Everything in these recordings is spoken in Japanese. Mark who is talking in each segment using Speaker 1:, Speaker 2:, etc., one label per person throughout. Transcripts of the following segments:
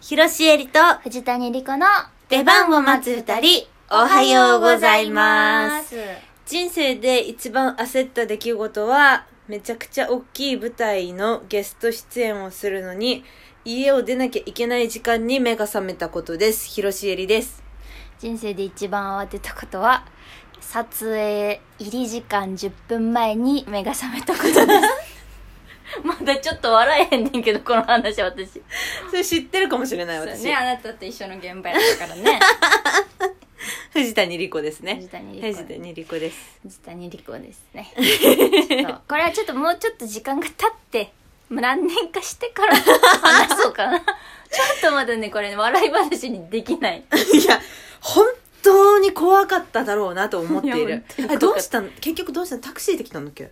Speaker 1: 広しえりと
Speaker 2: 藤谷莉子の
Speaker 1: 出番を待つ二人、おはようございます。
Speaker 2: す。
Speaker 1: 人生で一番焦った出来事は、めちゃくちゃ大きい舞台のゲスト出演をするのに、家を出なきゃいけない時間に目が覚めたことです。広しえりです。
Speaker 2: 人生で一番慌てたことは、撮影入り時間10分前に目が覚めたことです。 まだちょっと笑えへんねんけど、この話私。
Speaker 1: それ知ってるかもしれない
Speaker 2: そう
Speaker 1: 私。
Speaker 2: ね、あなたと一緒の現場やったから ね。
Speaker 1: 藤谷莉子ですね。
Speaker 2: 藤谷莉子
Speaker 1: 藤谷莉子です。
Speaker 2: 藤谷莉子ですね。ちょっとこれはちょっともうちょっと時間が経って、もう何年かしてから話そう かな。ちょっとまだね、これね、笑い話にできない。
Speaker 1: いや、本当に怖かっただろうなと思ってい
Speaker 2: いや
Speaker 1: る
Speaker 2: 本当に怖。か
Speaker 1: あ
Speaker 2: った
Speaker 1: どうしたの結局どうしたのタクシーで来たんだっけ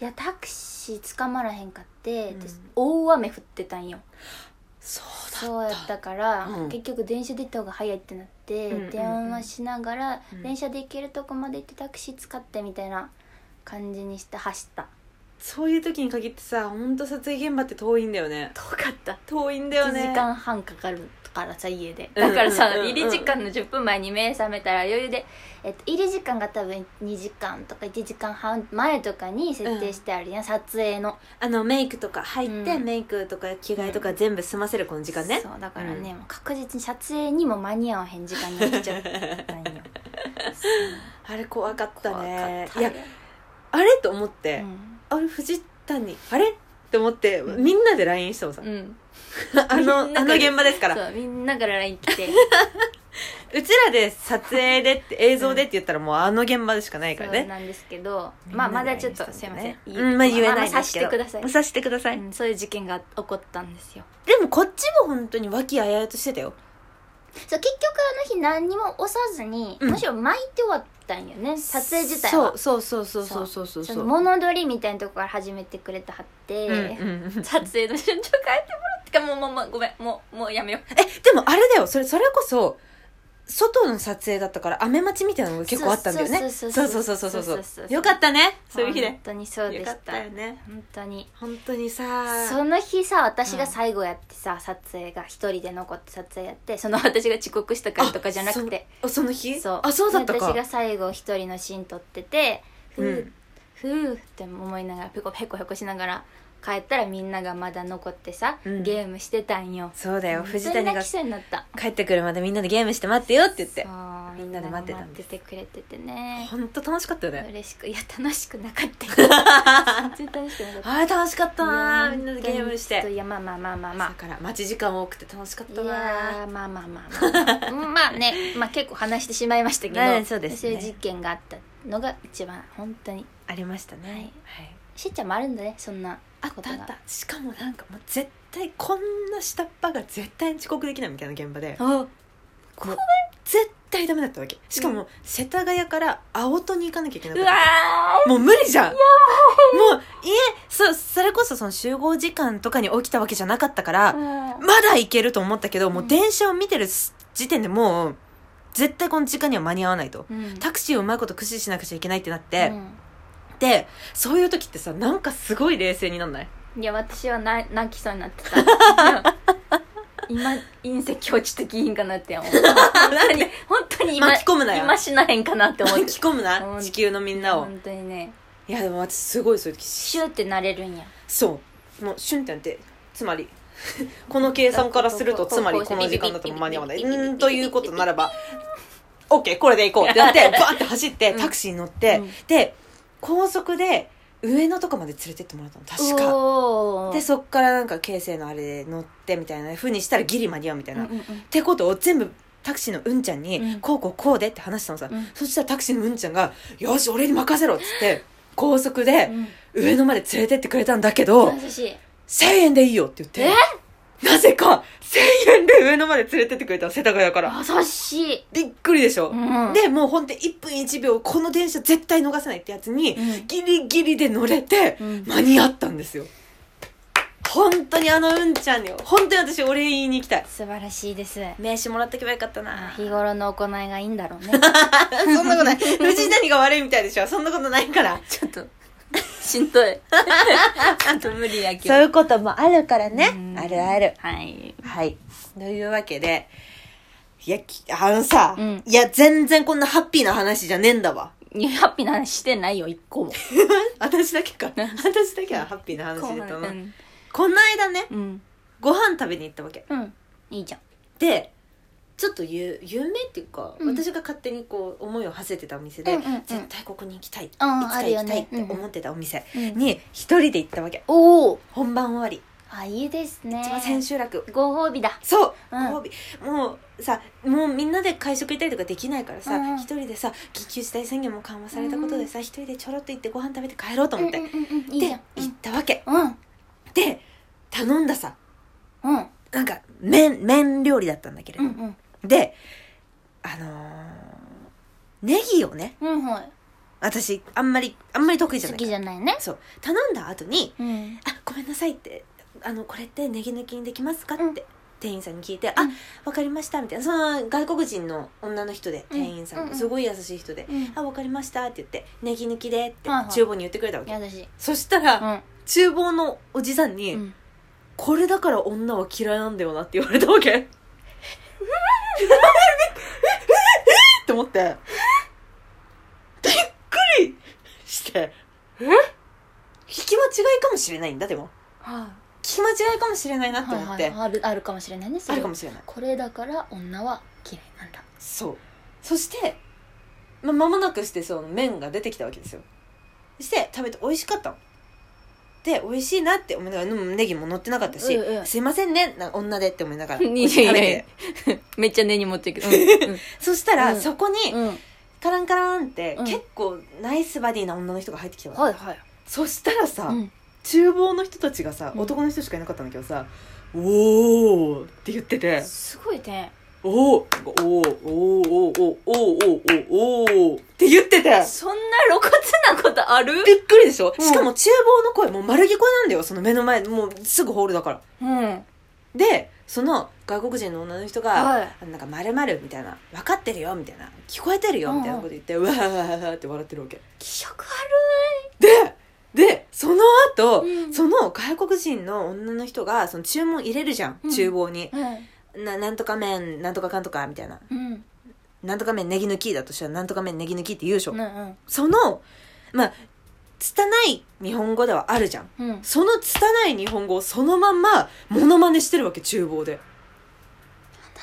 Speaker 2: いやタクシー捕まらへんかって、
Speaker 1: う
Speaker 2: で
Speaker 1: ん
Speaker 2: 大雨降ってたんよ
Speaker 1: そうだった。
Speaker 2: そうやったから、
Speaker 1: うん
Speaker 2: 結局電車出た方が早いってなって、
Speaker 1: うんうんうん
Speaker 2: 電話しながら、
Speaker 1: うん
Speaker 2: 電車で行けるとこまで行ってタクシー使ってみたいな感じにして走った
Speaker 1: そういう時に限ってさ、ほんと撮影現場って遠いんだよね。
Speaker 2: 遠かった
Speaker 1: 遠いんだよ
Speaker 2: 1
Speaker 1: ね。
Speaker 2: 時間半かかるからさ家で
Speaker 1: うんうん
Speaker 2: だからさ、
Speaker 1: うんうん
Speaker 2: 入り時間の10分前に目覚めたら余裕で、えっと、入り時間が多分2時間とか1時間半前とかに設定してあるやん、撮影の
Speaker 1: あの、メイクとか入って、
Speaker 2: うん
Speaker 1: メイクとか着替えとか全部済ませるこの時間ね
Speaker 2: そ。うだからね、もう確実に撮影にも間に合わへん時間に来 ちゃったんよ
Speaker 1: あれ怖かった
Speaker 2: 怖
Speaker 1: ね。
Speaker 2: か
Speaker 1: い
Speaker 2: っ
Speaker 1: や
Speaker 2: た、
Speaker 1: あれと思って、
Speaker 2: うん
Speaker 1: あれ藤谷、あれって思って、
Speaker 2: うん
Speaker 1: みんなで LINE しても さ、
Speaker 2: うん、
Speaker 1: あの、あ
Speaker 2: みんな
Speaker 1: の
Speaker 2: で
Speaker 1: 現場ですから。
Speaker 2: そうみんなから LINE 来て
Speaker 1: うちらで撮影でって映像でって言ったらもうあの現場でしかないから
Speaker 2: そう
Speaker 1: ね。
Speaker 2: なんですけど、まあまだちょっとすいません、
Speaker 1: みなで LINE したねうん、まあ言えない
Speaker 2: 察してください、
Speaker 1: さしてください。
Speaker 2: うんそういう事件が起こったんですよ
Speaker 1: でもこっちも本当に和気あいあいとしてたよ。
Speaker 2: そう結局あの日何にも押さずに、
Speaker 1: うん
Speaker 2: むしろ巻いて終わったんよね撮影自体は
Speaker 1: そうそうそうそうそうそうそう
Speaker 2: ちょっ
Speaker 1: そ
Speaker 2: と
Speaker 1: う。
Speaker 2: 物撮りみたいなとこから始めてくれたはって、
Speaker 1: うんうん
Speaker 2: 撮影の瞬間変えてもらってかもうもうもうごめんもうもうやめよう
Speaker 1: え、でもあれだよ、それ、それこそ、外の撮影だったから、雨待ちみたいなのが結構あったんだよね。
Speaker 2: そ
Speaker 1: そうう
Speaker 2: そ
Speaker 1: そうう
Speaker 2: そ
Speaker 1: そうう
Speaker 2: そう
Speaker 1: そう
Speaker 2: そう
Speaker 1: そう。よかったね、そういう日
Speaker 2: 本
Speaker 1: で。
Speaker 2: 当にそうで
Speaker 1: よ
Speaker 2: した
Speaker 1: かったよね。
Speaker 2: 本当に
Speaker 1: 本当にさ、
Speaker 2: その日さ私が最後やってさ、撮影が一人で残って撮影やってその 私が遅刻したからとかじゃなくて
Speaker 1: あ、そあその日
Speaker 2: そう
Speaker 1: あ、そうだった
Speaker 2: 私が
Speaker 1: か。
Speaker 2: 最後一人のシーン撮っててふう、
Speaker 1: うん
Speaker 2: ふうって思いながらペコペコペコしながら帰ったらみんながまだ残ってさ、
Speaker 1: うん
Speaker 2: ゲームしてたんよ
Speaker 1: そうだよ、
Speaker 2: 本当に
Speaker 1: 藤谷が
Speaker 2: 泣きそうになった
Speaker 1: 帰ってくるまでみんなでゲームして待ってよって言って。
Speaker 2: そう
Speaker 1: みんなで待ってたんです
Speaker 2: みんなが待っててくれててね
Speaker 1: 本当楽しかったよね。
Speaker 2: 嬉しくいや楽しくなかったよ全然楽しくなかった
Speaker 1: あれ楽しかった
Speaker 2: い
Speaker 1: な
Speaker 2: や
Speaker 1: みんなでゲームし
Speaker 2: 本当
Speaker 1: て。
Speaker 2: にいやまあまあまあまあま
Speaker 1: 朝から待ち時間多くて楽しかっ
Speaker 2: あい
Speaker 1: たな
Speaker 2: やーまあまあまあまあ、まあ、まあね、まあ、結構話してしまいましたけど、
Speaker 1: ねそうですね
Speaker 2: いう事件があったのが一番本当に
Speaker 1: ありましたね。はい。
Speaker 2: しっちゃんもあるんだねそんな
Speaker 1: あっ
Speaker 2: こと
Speaker 1: た
Speaker 2: が
Speaker 1: あったしかもなんかもう絶対こんな下っ端が絶対に遅刻できないみたいな現場で
Speaker 2: あ
Speaker 1: もう絶対ダメだったわけしかも世田谷から青戸に行かなきゃいけな
Speaker 2: う
Speaker 1: かっ
Speaker 2: わ
Speaker 1: たもう無理じゃんもう家そそれこそその集合時間とかに起きたわけじゃなかったから、
Speaker 2: ー
Speaker 1: まだ行けると思ったけどもううん電車を見てる時点でもう絶対この時間には間に合わないと、
Speaker 2: うん
Speaker 1: タクシーをうまいこと駆使しなくちゃいけないってなって、
Speaker 2: う
Speaker 1: でそういう時ってさなんかすごい冷静になん ない
Speaker 2: んいや私はな泣きそうになってたいや今隕石落ちてきひんかなって思う本 当に本当に今
Speaker 1: 巻き込むなよ
Speaker 2: 今しなへんかなって思っ
Speaker 1: 巻
Speaker 2: て
Speaker 1: き込む
Speaker 2: う
Speaker 1: なん地球のみんなを、
Speaker 2: 本当にね
Speaker 1: いやでも私すごいそういう時し
Speaker 2: シューってなれるんや
Speaker 1: そうもうシュンってなってつまり この計算からするとつまりこの時間だと間に合わないうんということならば OK これで行こうってな ってバーって走って
Speaker 2: うん
Speaker 1: タクシーに乗って、
Speaker 2: うん
Speaker 1: で高速で上野とかまで連れてってもらったの確か
Speaker 2: おー
Speaker 1: でそっからなんか京成のあれで乗ってみたいなふうにしたらギリ間に合うみたいな、
Speaker 2: うんうんうん
Speaker 1: ってことを全部タクシーのうんちゃん
Speaker 2: う
Speaker 1: に
Speaker 2: ん
Speaker 1: こうこうこうでって話したのさ、
Speaker 2: うん
Speaker 1: そしたらタクシーのうんちゃんが「よし俺に任せろ」っつって高速で上野まで連れてってくれたんだけど、
Speaker 2: 優しい
Speaker 1: 1000円でいいよって言ってなぜか1000円で上野まで連れてってくれたの世田谷から
Speaker 2: 優しい
Speaker 1: びっくりでしょ、
Speaker 2: うん
Speaker 1: でもうほんと1分1秒この電車絶対逃さないってやつに、
Speaker 2: うん
Speaker 1: ギリギリで乗れて
Speaker 2: うん
Speaker 1: 間に合ったんですよ本当にあのうんちゃんに本当に私お礼言いに行きたい
Speaker 2: 素晴らしいです
Speaker 1: 名刺もらってけばよかったな
Speaker 2: 日頃の行いがいいんだろ うね
Speaker 1: そんなことない。藤谷が悪いみたいでしょ。そんなことないから。
Speaker 2: ちょっとしんどい ちょっと無理やけど
Speaker 1: そういうこともあるからね
Speaker 2: うん
Speaker 1: あるある
Speaker 2: はい
Speaker 1: はいというわけでいやきあのさ、
Speaker 2: うん
Speaker 1: いや全然こんなハッピーな話じゃねえんだわ
Speaker 2: いやハッピーな話してないよ一個も
Speaker 1: 私だけか私だけはハッピーな話だと思う、
Speaker 2: うん
Speaker 1: この間ね
Speaker 2: うん
Speaker 1: ご飯食べに行ったわけ
Speaker 2: うんいいじゃん
Speaker 1: でちょっと有有名っていうか、
Speaker 2: うん
Speaker 1: 私が勝手にこう思いを馳せてたお店で、
Speaker 2: うんうんうん
Speaker 1: 絶対ここに行きたい、
Speaker 2: あ
Speaker 1: いつ
Speaker 2: ーあ
Speaker 1: か
Speaker 2: る
Speaker 1: 行
Speaker 2: よ
Speaker 1: きたいっ
Speaker 2: ね
Speaker 1: て思ってたお店
Speaker 2: うん
Speaker 1: に一人で行ったわけ
Speaker 2: おお
Speaker 1: 本番終わり
Speaker 2: あいいですね
Speaker 1: 一番千秋楽
Speaker 2: ご褒美だ
Speaker 1: そう、
Speaker 2: うん
Speaker 1: ご褒美もうさもうみんなで会食行ったりとかできないからさ
Speaker 2: うんうん
Speaker 1: 一、人でさ緊急事態宣言も緩和されたことでさ一、人でちょろっと行ってご飯食べて帰ろうと思って、
Speaker 2: うんうんうんうんいい
Speaker 1: で
Speaker 2: じゃん
Speaker 1: 行ったわけ
Speaker 2: うん
Speaker 1: で頼んださ
Speaker 2: うんうん
Speaker 1: なんか麺麺料理だったんだけれ
Speaker 2: う
Speaker 1: ど、
Speaker 2: んうん
Speaker 1: であのーネギをね
Speaker 2: うんはい
Speaker 1: 私あんまりあんまり得意じゃな
Speaker 2: 好
Speaker 1: い
Speaker 2: きじゃないね
Speaker 1: そう頼んだ後に
Speaker 2: うん
Speaker 1: 「あごめんなさい」って「あのこれってネギ抜きにできますか?」って、
Speaker 2: うん
Speaker 1: 店員さんに聞いて「
Speaker 2: う
Speaker 1: あ
Speaker 2: ん
Speaker 1: わかりました」みたいなその外国人の女の人で
Speaker 2: うん
Speaker 1: 店員さん
Speaker 2: うんう
Speaker 1: が
Speaker 2: ん
Speaker 1: すごい優しい人で
Speaker 2: う
Speaker 1: 「あわかりました」って言って「ネギ抜きで」って
Speaker 2: はいはい
Speaker 1: 厨房に言ってくれたわけ、
Speaker 2: ん優しい
Speaker 1: そしたら、
Speaker 2: うん
Speaker 1: 厨房のおじさんに、
Speaker 2: うん
Speaker 1: これだから女は嫌いなんだよなって言われたわけえって思ってびっくりしてえ引き間違いかもしれないんだでも
Speaker 2: は
Speaker 1: 聞き間違いかもしれないなと
Speaker 2: い
Speaker 1: 思っ
Speaker 2: は
Speaker 1: て、
Speaker 2: いあるあるかもしれないねそ
Speaker 1: あ
Speaker 2: れ
Speaker 1: るかもしれない
Speaker 2: これだから女は嫌いな んだ
Speaker 1: そうそしてま間もなくしてその麺が出てきたわけですよそして食べて美味しかったので美味しいなって思いながらでもネギも乗ってなかったし、
Speaker 2: うんうん
Speaker 1: すいませんねな女でって思いながら
Speaker 2: いやいやい
Speaker 1: 食
Speaker 2: や
Speaker 1: べて
Speaker 2: めっちゃ根に持ってるけど
Speaker 1: そしたら、
Speaker 2: うん
Speaker 1: そこに
Speaker 2: うんうん
Speaker 1: カランカランって、
Speaker 2: うん
Speaker 1: 結構ナイスバディな女の人が入ってきたわけ、
Speaker 2: はいはい
Speaker 1: そしたらさ、
Speaker 2: うん
Speaker 1: 厨房の人たちがさ
Speaker 2: うん
Speaker 1: 男の人しかいなかったんだけどさ「おお」って言ってて
Speaker 2: すごいね
Speaker 1: 「おおおおおおおおおおお」って言ってて
Speaker 2: そんな露骨なことある
Speaker 1: びっくりでしょ、
Speaker 2: うん
Speaker 1: しかも厨房の声もう丸聞こえなんだよその目の前もうすぐホールだから
Speaker 2: うん
Speaker 1: でその外国人の女の人が「
Speaker 2: はい
Speaker 1: あのなんかまるみたいな「分かってるよ」みたいな「聞こえてるよ」みたいなこと言って「うわーって笑ってるわけ
Speaker 2: 気色
Speaker 1: で、で、その後、
Speaker 2: うん
Speaker 1: その外国人の女の人が、その注文入れるじゃん、
Speaker 2: うん
Speaker 1: 厨房に。
Speaker 2: 悪い
Speaker 1: な、なんとか麺、なんとかかんとか、みたいな。
Speaker 2: うん
Speaker 1: なんとか麺ネギ抜きだとしたら、なんとか麺ネギ抜きって言うでしょ。
Speaker 2: うん
Speaker 1: その、まあ、拙い日本語ではあるじゃん。
Speaker 2: うん
Speaker 1: その拙い日本語をそのまんま、モノマネしてるわけ、厨房で。
Speaker 2: なん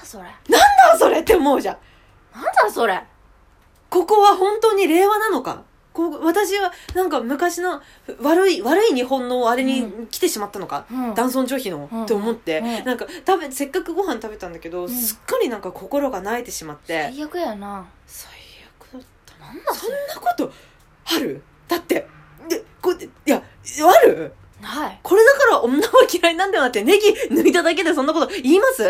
Speaker 2: だそれ
Speaker 1: なんだそれって思うじゃん。
Speaker 2: なんだそれ
Speaker 1: ここは本当に令和なのか。こう私は、なんか昔の悪い、悪い日本のあれに来てしまったのか。
Speaker 2: うん
Speaker 1: 男尊女卑の、
Speaker 2: うん
Speaker 1: って思って、
Speaker 2: うん
Speaker 1: なんか食べせっかくご飯食べたんだけど、
Speaker 2: ん
Speaker 1: すっかりなんか心が萎えてしまって
Speaker 2: 最悪やな
Speaker 1: 最悪だったな
Speaker 2: なんだ
Speaker 1: そ
Speaker 2: そ
Speaker 1: ん
Speaker 2: れ
Speaker 1: なことあるだってでこうやっていやある
Speaker 2: ない
Speaker 1: これだから女は嫌いなんだよなってネギ抜いただけでそんなこと言います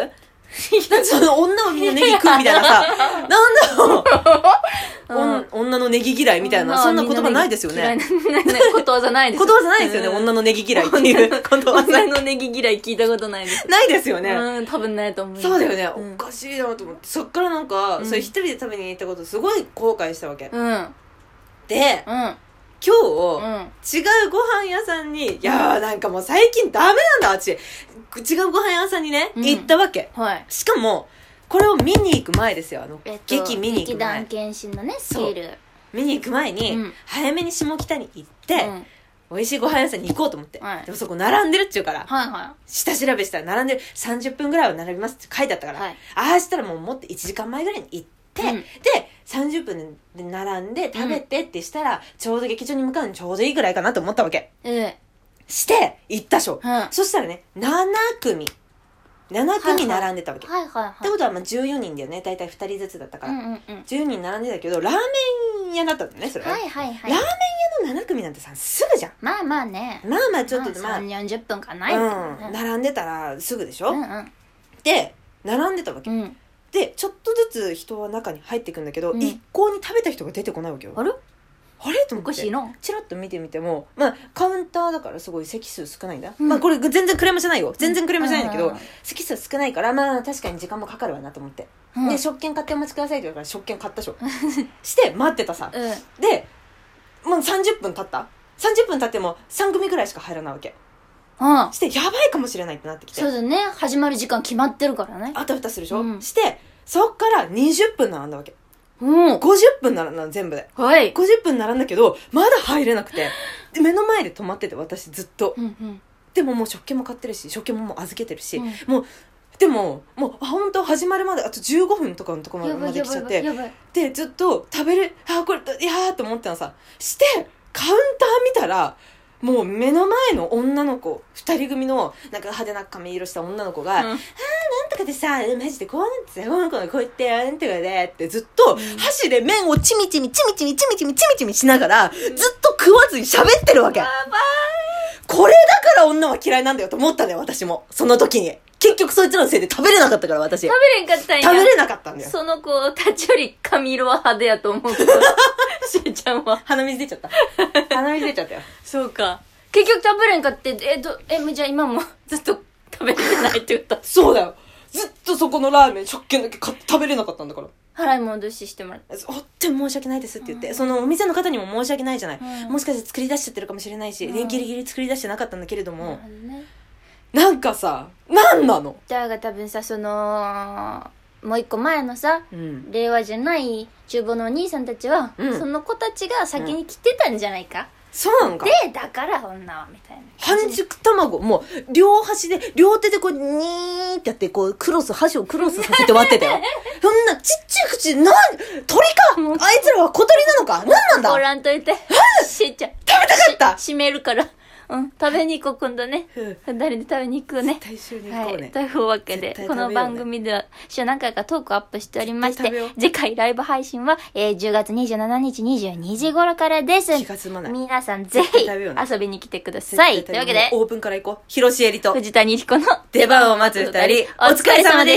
Speaker 1: なんかその女はみんなネギ食うみたいなさなんだろう、おん女のネギ嫌いみたいな、そんな言葉ないですよね
Speaker 2: ことわざ ないで
Speaker 1: 言
Speaker 2: す
Speaker 1: 葉じゃないですよね、女のネギ嫌いっていう言葉な
Speaker 2: 女
Speaker 1: い
Speaker 2: のネギ嫌い聞いたことないです
Speaker 1: ないですよね、
Speaker 2: うん多分ないと思う
Speaker 1: そうだよね、
Speaker 2: うん
Speaker 1: おかしいなと思ってそっからなんか、
Speaker 2: うん
Speaker 1: それ一人で食べに行ったことすごい後悔したわけ、
Speaker 2: うんうん
Speaker 1: で今
Speaker 2: う
Speaker 1: 日、
Speaker 2: ん
Speaker 1: 違うご飯屋さんにいやーなんかもう最近ダメなんだ私違うご飯屋さんにね、
Speaker 2: うん
Speaker 1: 行ったわけ
Speaker 2: はい
Speaker 1: しかもこれを見に行く前ですよあの、
Speaker 2: えっと
Speaker 1: 劇見に行く
Speaker 2: 劇団
Speaker 1: 前
Speaker 2: 検診のねスキール
Speaker 1: 見に行く前に、
Speaker 2: うん
Speaker 1: 早めに下北に行って、
Speaker 2: うん
Speaker 1: 美味しいご飯屋さんに行こうと思って、
Speaker 2: はい
Speaker 1: でもそこ並んでるっちゅうから
Speaker 2: はいは
Speaker 1: 下調べしたら並んでる30分ぐらいは並びますって書いてあったから、
Speaker 2: はい
Speaker 1: ああしたらもうもっと1時間前ぐらいに行って、
Speaker 2: うん
Speaker 1: で30分で並んで食べてってしたら、ちょうど劇場に向かうのにちょうどいいぐらいかなと思ったわけ
Speaker 2: いえ
Speaker 1: して行ったでしょ、
Speaker 2: うんはい
Speaker 1: そしたらね7組7組並んでたわけ、
Speaker 2: はいはい
Speaker 1: ってことはまあ14人だよね大体2人ずつだったか
Speaker 2: う
Speaker 1: ら、
Speaker 2: んうんうん
Speaker 1: 10人並んでたけどラーメン屋だったのねそれは、
Speaker 2: はいはいは
Speaker 1: ラー
Speaker 2: い
Speaker 1: メン屋の7組なんてさすぐじゃん
Speaker 2: まあまあね
Speaker 1: まあまあちょっとまあ、
Speaker 2: 3 4 0分かないですも
Speaker 1: う
Speaker 2: ん
Speaker 1: ん、
Speaker 2: ね
Speaker 1: 並んでたらすぐでしょ、
Speaker 2: うんうん
Speaker 1: で並んでたわけ
Speaker 2: うん
Speaker 1: でちょっとずつ人は中に入っていくんだけど、
Speaker 2: うん
Speaker 1: 一向に食べた人が出てこないわけよ
Speaker 2: あれ
Speaker 1: あれと
Speaker 2: お
Speaker 1: 思
Speaker 2: か
Speaker 1: っ
Speaker 2: しい
Speaker 1: て
Speaker 2: な
Speaker 1: チラッと見てみてもまあカウンターだからすごい席数少ないんだ、
Speaker 2: うん
Speaker 1: まあこれ全然クレームじゃないよ全然クレームじゃないんだけど、
Speaker 2: うん
Speaker 1: 席数少ないからまあ確かに時間もかかるわなと思って、
Speaker 2: うん
Speaker 1: で食券買ってお待ちくださいって言う から食券買ったでしょして待ってたさ
Speaker 2: うん
Speaker 1: でもう30分経った30分経っても3組ぐらいしか入らないわけ
Speaker 2: うん
Speaker 1: してやばいかもしれないってなってきて
Speaker 2: そうだね始まる時間決まってるからね
Speaker 1: あたふたするでしょ、
Speaker 2: うん
Speaker 1: してそっから20分並んだわけ
Speaker 2: うん
Speaker 1: 50分並んだの全部で
Speaker 2: はい
Speaker 1: 50分並んだけどまだ入れなくてで目の前で止まってて私ずっと
Speaker 2: うんうん
Speaker 1: でももう食券も買ってるし食券ももう預けてるし、
Speaker 2: うん
Speaker 1: もうでももうあ本当始まるまであと15分とかのとこまで
Speaker 2: やば
Speaker 1: ま
Speaker 2: い
Speaker 1: で
Speaker 2: や
Speaker 1: 来
Speaker 2: ばい
Speaker 1: ちゃ
Speaker 2: や
Speaker 1: っ
Speaker 2: ばい
Speaker 1: て
Speaker 2: やばい
Speaker 1: でずっと食べるあこれいやーと思ってたのさしてカウンター見たらもう目の前の女の子2人組のなんか派手な髪色した女の子が、
Speaker 2: うん
Speaker 1: なんとかでさ、マジでこうなんてさ、この子のこう言って、なんとかで、ってずっと、箸で麺をちみちみちみちみちみちみちみちみしながら、ずっと食わずに喋ってるわけ。これだから女は嫌いなんだよと思ったんだよ、私も。その時に。結局そいつらのせいで食べれなかったから、私。食
Speaker 2: 食べれんかったんや
Speaker 1: べれなかったんだよ。
Speaker 2: その子たちより髪色は派手やと思うけどしーちゃんは
Speaker 1: 鼻水出ちゃった。鼻水出ちゃったよ。
Speaker 2: そうか結局食べれんかってえどえじゃあ今もずっと食べてないって言った
Speaker 1: そうだよ。ずっとそこのラーメン、食券だけ買って食べれなかったんだから。
Speaker 2: 払い戻ししてもらって
Speaker 1: 本当に申し訳ないですって言って、そのお店の方にも申し訳ないじゃない、
Speaker 2: うん
Speaker 1: もしかして作り出しちゃってるかもしれないし、
Speaker 2: うん
Speaker 1: ギリギリ作り出してなかったんだけれども、
Speaker 2: なるほどね
Speaker 1: なんかさなんなの
Speaker 2: だが多分さそのもう一個前のさ
Speaker 1: うん
Speaker 2: 令和じゃない厨房のお兄さんたちは、
Speaker 1: うん
Speaker 2: その子たちが先に来てたんじゃないか、
Speaker 1: そうなのか
Speaker 2: でだから女はみたいな
Speaker 1: 半熟卵もう両端で両手でこうにーってやってこうクロス箸をクロスさせて割って たよそんなちっちゃい口なん
Speaker 2: もう
Speaker 1: 鳥かあいつらは小鳥なのかなんなん
Speaker 2: ご
Speaker 1: だ
Speaker 2: 覧といて しーちゃん食べ
Speaker 1: 食べたかった
Speaker 2: 閉めるからうん食べに行こう今度ね
Speaker 1: うん
Speaker 2: 二人で食べに行くね
Speaker 1: 大衆に
Speaker 2: は
Speaker 1: 行こう
Speaker 2: い、
Speaker 1: ね、
Speaker 2: というわけで、
Speaker 1: 絶対食
Speaker 2: こ
Speaker 1: べよ
Speaker 2: の
Speaker 1: うね
Speaker 2: 番組では週何回かトークをアップしておりまし
Speaker 1: 絶対
Speaker 2: て
Speaker 1: 食べよう
Speaker 2: 次回ライブ配信は、えー10月27日22時頃からです
Speaker 1: 気が済まない
Speaker 2: 皆さんぜ
Speaker 1: 絶
Speaker 2: ひ
Speaker 1: 対食べようね
Speaker 2: 遊びに来てくだ
Speaker 1: 絶
Speaker 2: さ
Speaker 1: 対
Speaker 2: い
Speaker 1: 食
Speaker 2: と
Speaker 1: べよ
Speaker 2: いうわけで
Speaker 1: オープンから行こう広瀬絵里と
Speaker 2: 藤谷彦の
Speaker 1: 出番を待つ二人お疲れ様でした